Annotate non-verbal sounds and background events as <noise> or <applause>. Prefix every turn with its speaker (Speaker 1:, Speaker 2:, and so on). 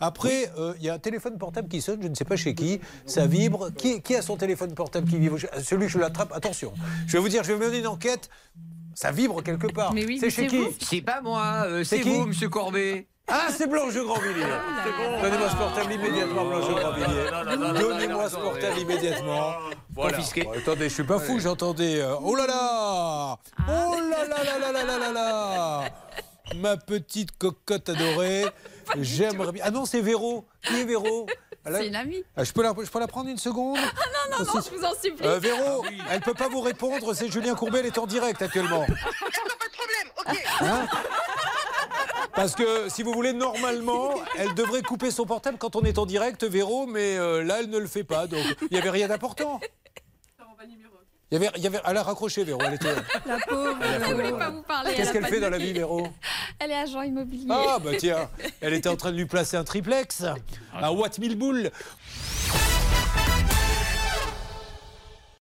Speaker 1: Après, euh, il y a un téléphone portable qui sonne, je ne sais pas chez qui, ça vibre. Qui, qui a son téléphone portable qui vibre Celui que je l'attrape, attention. Je vais vous dire, je vais mener une enquête. Ça vibre quelque part.
Speaker 2: Mais oui,
Speaker 1: c'est
Speaker 2: mais
Speaker 1: chez
Speaker 2: c'est
Speaker 1: qui
Speaker 2: vous.
Speaker 3: C'est pas moi, euh,
Speaker 1: C'est
Speaker 3: c'est
Speaker 1: qui
Speaker 3: vous, Monsieur Corbet.
Speaker 1: Ah, c'est Blanche Grandvilliers.
Speaker 2: Ah,
Speaker 1: Donnez-moi ce portable immédiatement, Blanche Grandvilliers. Donnez-moi ce portable immédiatement.
Speaker 3: Confisqué.
Speaker 1: Bon, attendez, je suis pas fou, j'entendais. euh, oh là
Speaker 2: Ah.
Speaker 1: là Oh là là là là là là là là Ma petite cocotte
Speaker 2: <laughs>
Speaker 1: adorée. J'aimerais bien. Ah non, c'est Véro. Qui est Véro Elle a-
Speaker 2: C'est une amie.
Speaker 1: Ah, je, peux la, je peux la prendre une seconde
Speaker 2: Ah, Non, non, Ah je vous en supplie.
Speaker 1: Euh, Véro, elle peut pas vous répondre, c'est Julien Courbet, elle est en direct actuellement.
Speaker 4: Pas de problème, ok.
Speaker 1: Hein Parce que si vous voulez, normalement, elle devrait couper son portable quand on est en direct, Véro, mais euh, là, elle ne le fait pas. Donc, il n'y avait rien d'important. Il y avait, il y avait, elle a raccroché, Véro. Elle était,
Speaker 5: La pauvre.
Speaker 2: Elle voulait pas vous parler. elle
Speaker 1: Qu'est-ce
Speaker 2: a
Speaker 1: qu'elle
Speaker 2: pas
Speaker 1: fait dans la
Speaker 2: dit.
Speaker 1: vie, Véro
Speaker 2: Elle est agent immobilier.
Speaker 1: Ah, bah tiens, elle était en train de lui placer un triplex à Watt mille boules.